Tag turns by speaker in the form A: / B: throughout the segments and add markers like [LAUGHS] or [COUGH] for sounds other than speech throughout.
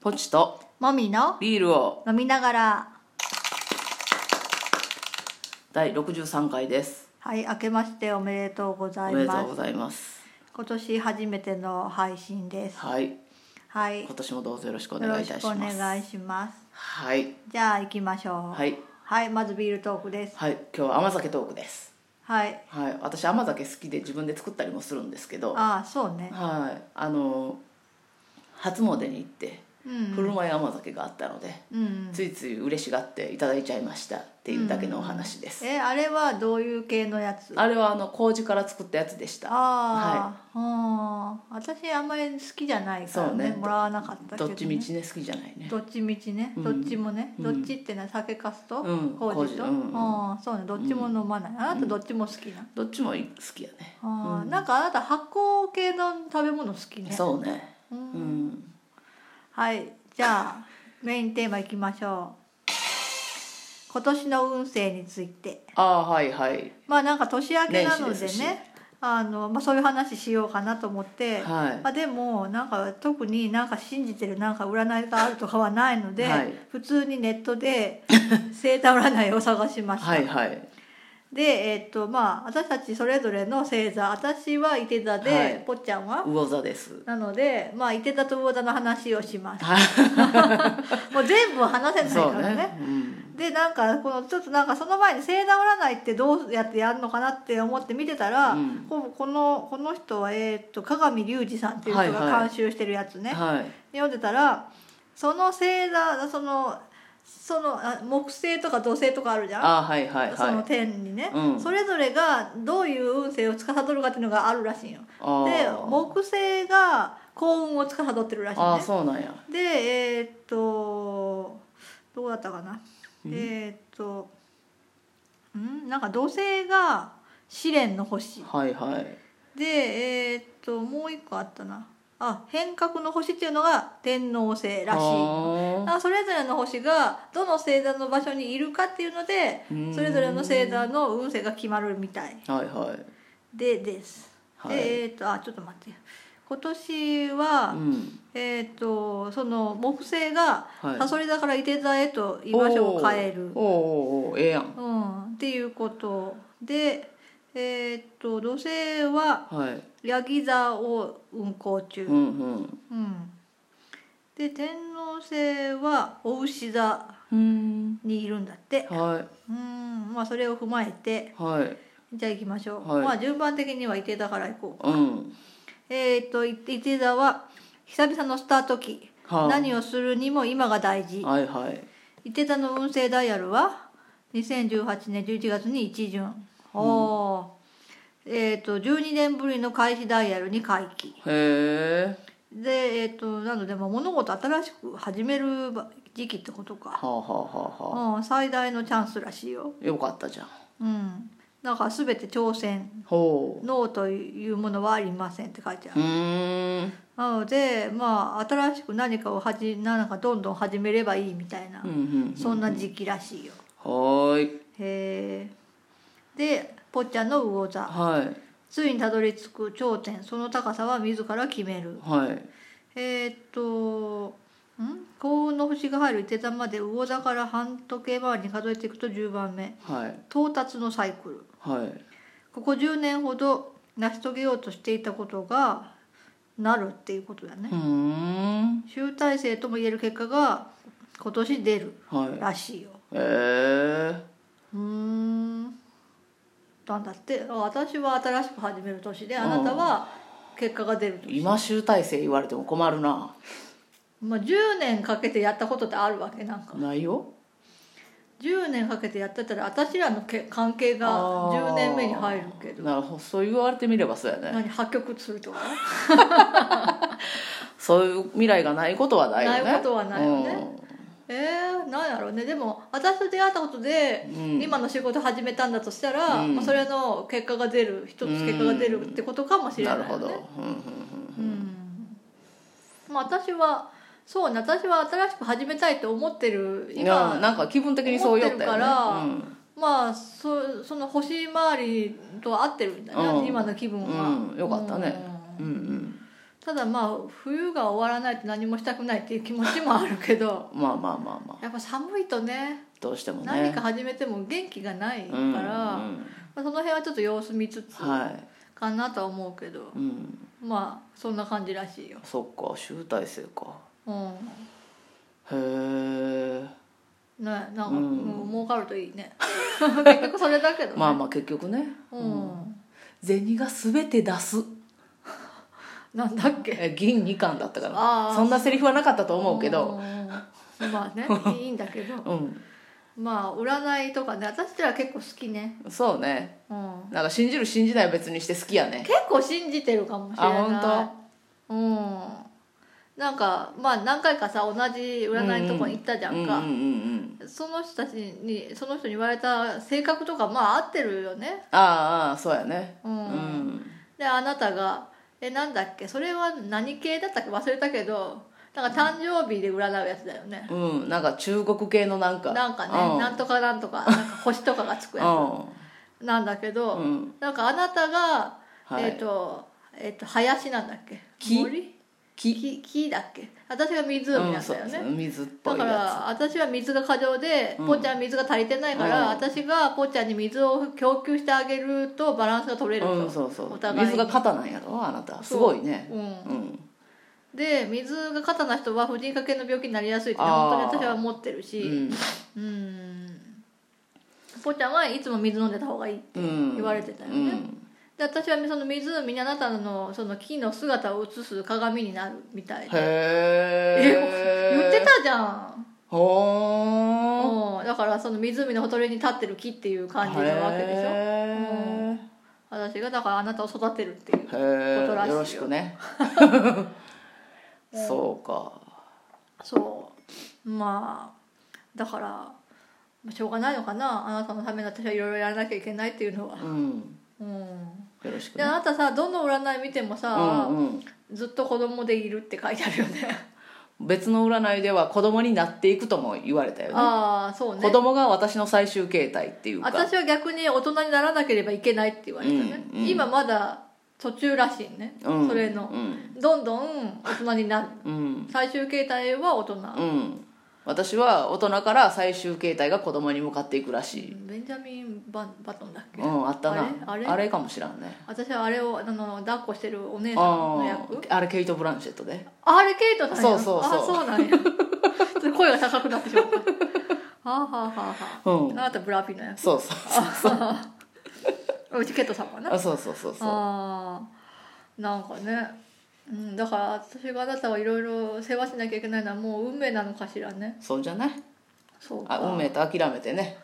A: ポチと
B: もみの
A: ビールを
B: 飲みながら
A: 第63回です
B: はい明けましておめでとうござ
A: お
B: い
A: めでと
B: ま
A: うご
B: す
A: ざいます
B: 今年初めての配信です
A: はい
B: はいよ
A: 今年もどうぞよろしくお願
B: ろ
A: いい
B: した
A: し
B: くお
A: ます
B: 願いします
A: はい
B: じゃあ行きましょう
A: はい
B: はいまずビールトークです
A: はい今日は甘酒トークです
B: はい
A: はい私甘酒好きで自分で作ったりもするんですけどは
B: ああそう
A: い
B: ね
A: あの初詣に行って
B: うん
A: 振る舞い甘酒があったので、
B: うん
A: ついつい嬉しがっていただいちゃいましたっていうだけのお話です、
B: えあれはどういう系のやつ
A: あれはあの麹から作ったやつでした
B: ああ、うん私あんまり好きじゃないから
A: そう
B: ね
A: ね
B: もらわなかったけど、
A: ど
B: ね、
A: っちみちね好きじゃないね
B: どっちみちね、
A: うん
B: どっちもね、
A: うん
B: どっちってのは酒かすと
A: うん
B: 麹と、
A: 麹うん
B: ああそうねどっちも飲まない、あなたどっちも好きな、
A: どっちも好きやね
B: ああなんかあなた発酵系の食べ物好きね
A: そうね
B: う
A: うんん
B: はいじゃあメインテーマいきましょう今年の運勢について
A: ああはいはい
B: まあなんか年明けなの
A: 年始
B: で
A: ですし
B: ねあの、まあ、そういう話しようかなと思って、
A: はい
B: まあ、でもなんか特になんか信じてるなんか占いがあるとかはないので、
A: はい
B: 普通にネット
A: [LAUGHS]
B: で星座占いを探しました、
A: はいはい
B: でえっとまあ私たちそれぞれの星座私は伊手座で、
A: はい
B: ぽっちゃんは
A: 魚座です
B: なのでまあ伊手座と魚座の話をし
A: [LAUGHS]
B: ます
A: はい
B: もう全部は話せないか
A: そう
B: らね
A: ねうん
B: でなんかこのちょっとなんかその前に星座占いってどうやってやるのかなって思って見てたら、
A: うん
B: ここのこの人は、えー、と加賀見隆二さんっていう人
A: はい
B: が
A: はい
B: 監修してるやつね、
A: はい
B: 読んでたらその星座そのそのあ木星とか土星とかあるじゃん、
A: ああはいはい
B: その
A: は
B: 点にね、
A: うん
B: それぞれがどういう運勢を司るかっていうのがあるらしいよ。
A: あー
B: で木星が幸運を司ってるら
A: い
B: しいね
A: ああ。そうなんや
B: でえーっとどうだったかな、
A: うん
B: えーっとうんなんか土星が試練の星
A: はいはい
B: でえーっともう一個あったなあ変革の星っていうのが天王星らしいだ
A: は
B: からそれぞれの星がどの星座の場所にいるかっていうので
A: うん
B: それぞれの星座の運勢が決まるみたい
A: あはいはい
B: でです、
A: はい
B: でえーっとあちょっと待って今年は、
A: うん
B: えー、とその木星が
A: はい
B: さそり座からいて座へと居場所を変える、
A: おーおーおーええやん
B: うん、っていうことで、えー、と土星は
A: はい
B: ヤギ座を運行中、
A: うんうん
B: うんで天王星はお牛座
A: うん
B: にいるんだって
A: は
B: うん、まあ、それを踏まえて
A: いはい
B: じゃあ行きましょう、
A: はい
B: まあ、順番的にはいて座から行こう
A: うん
B: えー、といて座は久々のスタート期
A: はあ
B: 何をするにも今が大事
A: はいはい
B: 伊手座の運勢ダイヤルは2018年11月に一巡、おーえっ、と12年ぶりの開始ダイヤルに回帰
A: へえ
B: でえっ、となのでもう物事新しく始める時期ってことか、
A: はあはあはあはあ
B: うん、最大のチャンスらしいよ
A: よかったじゃん
B: うんだから全て挑戦
A: ほう
B: ノーというものはありませんって書いてあ
A: う
B: る、
A: ーん
B: なのでまあ新しく何かをはじなんかどんどん始めればいいみたいな、
A: うんうん
B: そんな時期らしいよ
A: はーい
B: へえでぽっちゃんの魚座
A: はい
B: ついにたどり着く頂点その高さは自ら決める
A: はい
B: えーっとん幸運の星が入る伊手座まで魚座から半時計回りに数えていくと10番目
A: はい
B: 到達のサイクル
A: はい
B: ここ10年ほど成し遂げようとしていたことがなるっていうことだね
A: うーん
B: 集大成とも言える結果が今年出る
A: はい
B: らしいよ
A: えー、
B: うーんなんだって私は新しく始める年であなたは結果が出ると、
A: 今集大成言われても困るな
B: まあ、10年かけてやったことってあるわけなんか
A: ないよ
B: 10年かけてやってたら私らのけ関係が
A: あー
B: 10年目に入るけど
A: なるほどそう言われてみればそうやね
B: 何破局するとか
A: そういう未来がないことはないよね
B: ないことはないよねえー、なんやろうねでも私と出会ったことで、
A: うん
B: 今の仕事始めたんだとしたら、
A: うん
B: まあ、それの結果が出る一つ結果が出るってことかもし
A: うん
B: れな、
A: ないる
B: ね、
A: ほど、うんうん
B: うんまあ、私はそうね私は新しく始めたいと思って
A: う
B: る
A: ん、いや
B: 今
A: なんか気分的にそう言ったよね
B: 思まあそその星回りと合ってるんだね、
A: うん
B: 今の気分は、
A: うんよかったねうん、うんうん
B: ただまあ冬が終わらないと何もしたくないっていう気持ちもあるけど [LAUGHS]
A: まあまあまあまあ
B: やっぱ寒いとね
A: どうしてもね
B: 何か始めても元気がないから、
A: うんうん
B: まあ、その辺はちょっと様子見つつ
A: は
B: かなとは思うけど、
A: い、うん、
B: まあそんな感じらしいよ、
A: そっか集大成か
B: うん、
A: へえ
B: ねなんか、
A: うん
B: うん儲かるといいね [LAUGHS] 結局それだけどね、
A: まあまあ結局ね
B: うん、
A: 銭が全て出す
B: なんだっけ
A: え銀2貫だったか
B: あ
A: ら
B: ー
A: そんなセリフはなかったと思うけど
B: うんまあねいいんだけど
A: うん
B: まあ占いとかね私ら結構好きね、
A: そうね
B: うん、
A: なんか信じる信じないは別にして好きやね
B: 結構信じてるかもしれない
A: あ
B: うんなんかまあ何回かさ同じ占いのとこに行ったじゃんか、
A: うんうんうんうん
B: その人たちにその人に言われた性格とかまあ合ってるよね
A: あーあーそうやね
B: う
A: うん
B: ん、であなたが「えなんだっけそれは何系だったっけ忘れたけどなんか誕生日で占うやつだよね、
A: うん、なんか中国系のなんか
B: なんかね、
A: うん、
B: なんとかなんと
A: [LAUGHS]
B: かなんか星とかがつくやつなんだけど、
A: うん、うん、
B: なんかあなたが、
A: はい
B: えっ、とえっ、と林なんだっけ
A: 木
B: 森
A: 木
B: 木木だっけ私が湖なんだよね、
A: うんそう水っぽ
B: だ
A: い
B: か
A: や
B: ら私は水が過剰で
A: うん
B: ぽーちゃんは水が足りてないから、
A: うん
B: 私がぽーちゃんに水を供給してあげるとバランスが取れ
A: つ
B: ると、
A: うんそうそ
B: お
A: う
B: 互いに
A: 水が肩なんやろあなたすごいね
B: うん
A: うん
B: で水が過多な人は婦人科系の病気になりやすいって、ね、
A: あー
B: 本当に私は思ってる
A: う
B: し
A: ん
B: うんぽーちゃんはいつも水飲んでた方がいいって
A: うん
B: 言われてたよね、
A: うん
B: で私はその湖にあなたのその木の姿を映す鏡になるみたい
A: へ
B: で
A: え
B: 言ってたじゃん
A: ほー
B: うんだからその湖のほとりに立ってる木っていう感じなわけでしょ
A: へ
B: 私がだからあなたを育てるっていう
A: えへ
B: ことらし
A: え
B: いよ
A: よろしく
B: [LAUGHS]
A: ねそうか
B: そうまあだからまあしょうがないのかなあなたのために私はいろいろやらなきゃいけないっていうのは
A: うん
B: うん
A: よろしく
B: で
A: ね
B: あなたさどの占い見ても
A: う
B: さ、
A: んうん
B: ずっと子供でいるって書いてあるよ
A: [LAUGHS]
B: ね
A: 別の占いでは子供になっていくとも言われたよね
B: ああそうね
A: 子供が私の最終形態っていうか
B: 私は逆に大人にならなければいけないって言われたね、
A: うんうん
B: 今まだ途中らしいね、
A: うん
B: それの
A: うん
B: どんどん大人になる
A: うん
B: 最終形態は大人、
A: うん私は大人から最終形態が子供に向かっていくらしい
B: ベンジャミンバ・バトンだっけ、
A: うんあったな
B: あれあれ
A: あれかもしらんね
B: 私はあれをあの抱っこしてるお姉さんの
A: あ
B: 役
A: ああれケイト・ブランシェットで
B: あれケイトなんや
A: そうそうそう
B: あそうなんやちょっと声が高くなってしまったはあはあは
A: う
B: あはあ
A: ん
B: あなたブラピのや
A: そうそう
B: つうちケイトさんかな
A: あそうそうそうそう
B: ああなんかね、うん、だから私があなたはいろいろ世話しなきゃいけないのはもう運命なのかしらね
A: そうじゃない
B: そうか
A: あ運命と諦めてね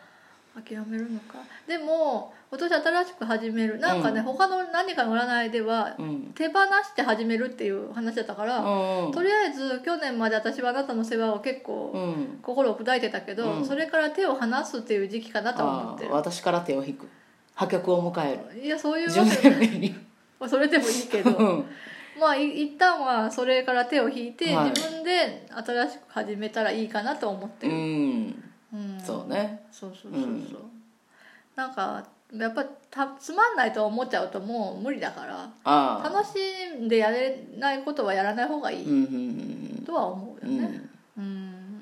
B: 諦めるのかでも今年新しく始めるなんかね、他の何かの占いでは
A: うん
B: 手放して始めるっていう話だったか
A: う
B: ら、
A: ん
B: とりあえず去年まで私はあなたの世話を結
A: う
B: 構
A: ん
B: 心を砕いてたけど、
A: うん
B: それから手を離すっていう時期かなとは思
A: あ
B: って
A: ー私から手を引く破局を迎える
B: るいやそういうわ
A: 10
B: け
A: 年目に
B: まあそれでもいい
A: [LAUGHS]
B: けど
A: うん
B: まあい一旦はそれから手を引いて、
A: はい
B: 自分で新しく始めたらいいかなと思って
A: う
B: る、
A: ん
B: うん
A: そうね
B: そうそうそうそう、なんかやっぱたつまんないと思っちゃうともう無理だから
A: ああ
B: 楽しんでやれないことはやらない方がい
A: うん
B: い
A: うんうん
B: とは思う
A: う
B: よ
A: んう
B: ね
A: ん
B: うん、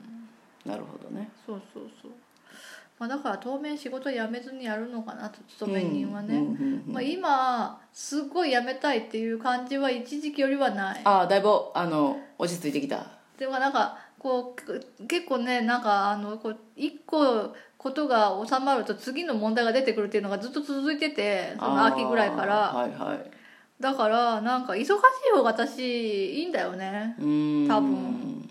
A: なるほどね
B: そうそうそう、まあ、だから当面仕事辞めずにやるのかなと勤め人はね、
A: うんうんうんうん
B: まあ、今すごい辞めたいっていう感じは一時期よりはない
A: ああだいぶあの落ち着いてきた
B: でもなんかこう結構ねなんかあのこう一個ことが収まると次の問題が出てくるっていうのがずっと続いててその
A: あー
B: 秋ぐらいから
A: はいはい
B: だからなんか忙しい方が私いいんだよね
A: うーん
B: 多分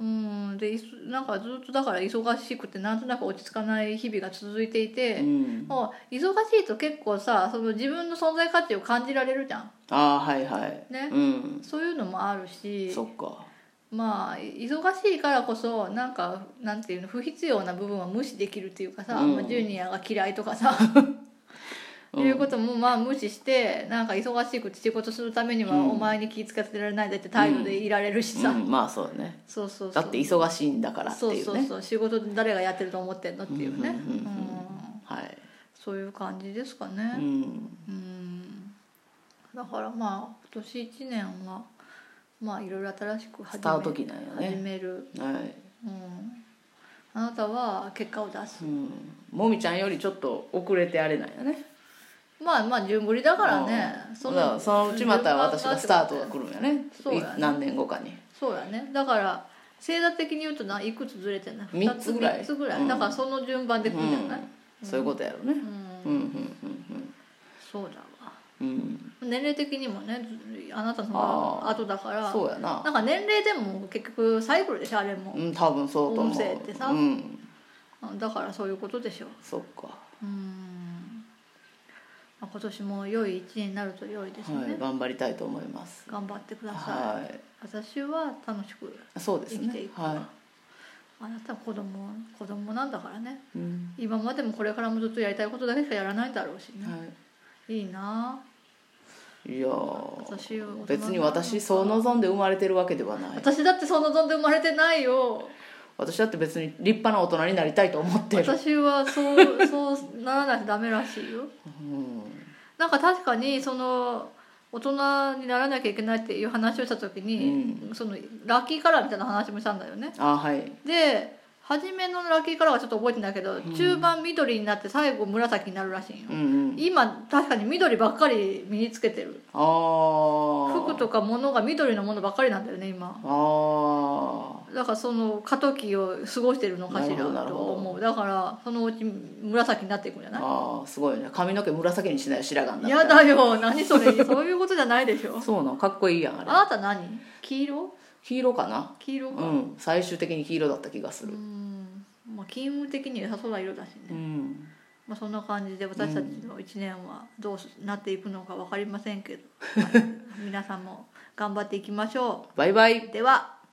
B: うんでいそなんかずっとだから忙しくてなんとなく落ち着かない日々が続いていうて、
A: ん
B: もう忙しいと結構さその自分の存在価値を感じられるじゃん
A: ああはいはい
B: ね
A: うん
B: そういうのもあるし
A: そっか
B: まあ忙しいからこそなんかなんていうの不必要な部分は無視できるっていうかさ、
A: うん
B: まあジュニアが嫌いと
A: [LAUGHS]
B: かさ、 [LAUGHS] いうこともまあ無視してなんか忙しくて仕事するためにはお前に気付かせられないでって態度でいられるしさ、
A: うんまあそうだね
B: そうそうそ
A: だ
B: う
A: って忙しいんだからっていうね
B: そうそうそう仕事で誰がやってると思ってんのっていうね、
A: うんうんうんうん
B: うん
A: はい
B: そういう感じですか
A: う
B: ね
A: ん
B: うん、だからまあ今年1年はまあいろいろ新しく始
A: ス
B: め
A: タート期なんよ
B: 始
A: ね
B: める、
A: はい、
B: うん、あなたは結果を出す
A: うん、もみちゃんよりちょっと遅れてあれなんよね
B: まあまあ順繰りだからね、
A: そだからそのうちまた私がスタートが来るんやね
B: そうやね
A: い何年後かに
B: そうやねだから星座的に言うとないくつずれてんの
A: 三つぐらい
B: 三つぐらい、
A: うん
B: だからその順番で来るんじゃない、
A: うん、そういうことやろうね、
B: うん
A: うんうん
B: そうだわ
A: うんうん
B: 年齢的にもねずあなたの
A: あ
B: 方が後だか
A: うん
B: ら
A: そうやな
B: なんか年齢でも結局サイクルでしょあれも、
A: うん多分そうと思う
B: 音声ってさ
A: うん
B: だからそういうことでしょう
A: そっか
B: うんまあ今年も良い一年になると良いですね、
A: はい頑張りたいと思います
B: 頑張ってください、
A: は
B: 私は楽しく
A: いそうです
B: 生きて
A: ね
B: いく
A: は
B: あなたは子供子供なんだからね
A: い、うん
B: 今までもこれからもずっとやりたいことだけしかやらないだろうしね、い、いなあ
A: はい、いやー
B: 私は
A: 別に私そう望んで生まれてるわけではない
B: 私だってそんな望んで生まれてないよ
A: 私だって別に立派な大人になりたいと思ってる、
B: 私はそう [LAUGHS] そうならないとダメらしいよ
A: うん、
B: なんか確かにその大人にならなきゃいけないっていう話をした時に、そのラッキーカラーみたいな話もしたんだよね
A: あはい
B: で初めのラッキーカラーはちょっと覚えてないけど、中盤緑になって最後紫になるらしいよ、
A: うんうん
B: 今確かに緑ばっかり身につけてる
A: ああ
B: 服とか物が緑のものばっかりなんだよね今
A: あ
B: だからその過渡期を過ごしてるのかし
A: な
B: ら
A: るほどなる
B: と
A: ほど
B: 思うだからそのうち紫になっていくんじゃ
A: ー
B: ない
A: あーすごいね髪の毛紫にしない白髪になった
B: やだよ何それそういうことじゃないでしょ
A: そうなのかっこいいやんあ
B: あ
A: れ
B: なた何黄色
A: 黄色かな
B: 黄色
A: う
B: か
A: ん最終的に黄色だった気がす
B: う
A: る
B: んまあ勤務的に良さそうな色だし
A: う
B: ね、
A: ん
B: まあ、そんな感じで私たちの1年はどうなっていく
A: [LAUGHS]
B: のか分かりませんけど、はい皆さんも頑張っていきましょ
A: バイバイ
B: うでは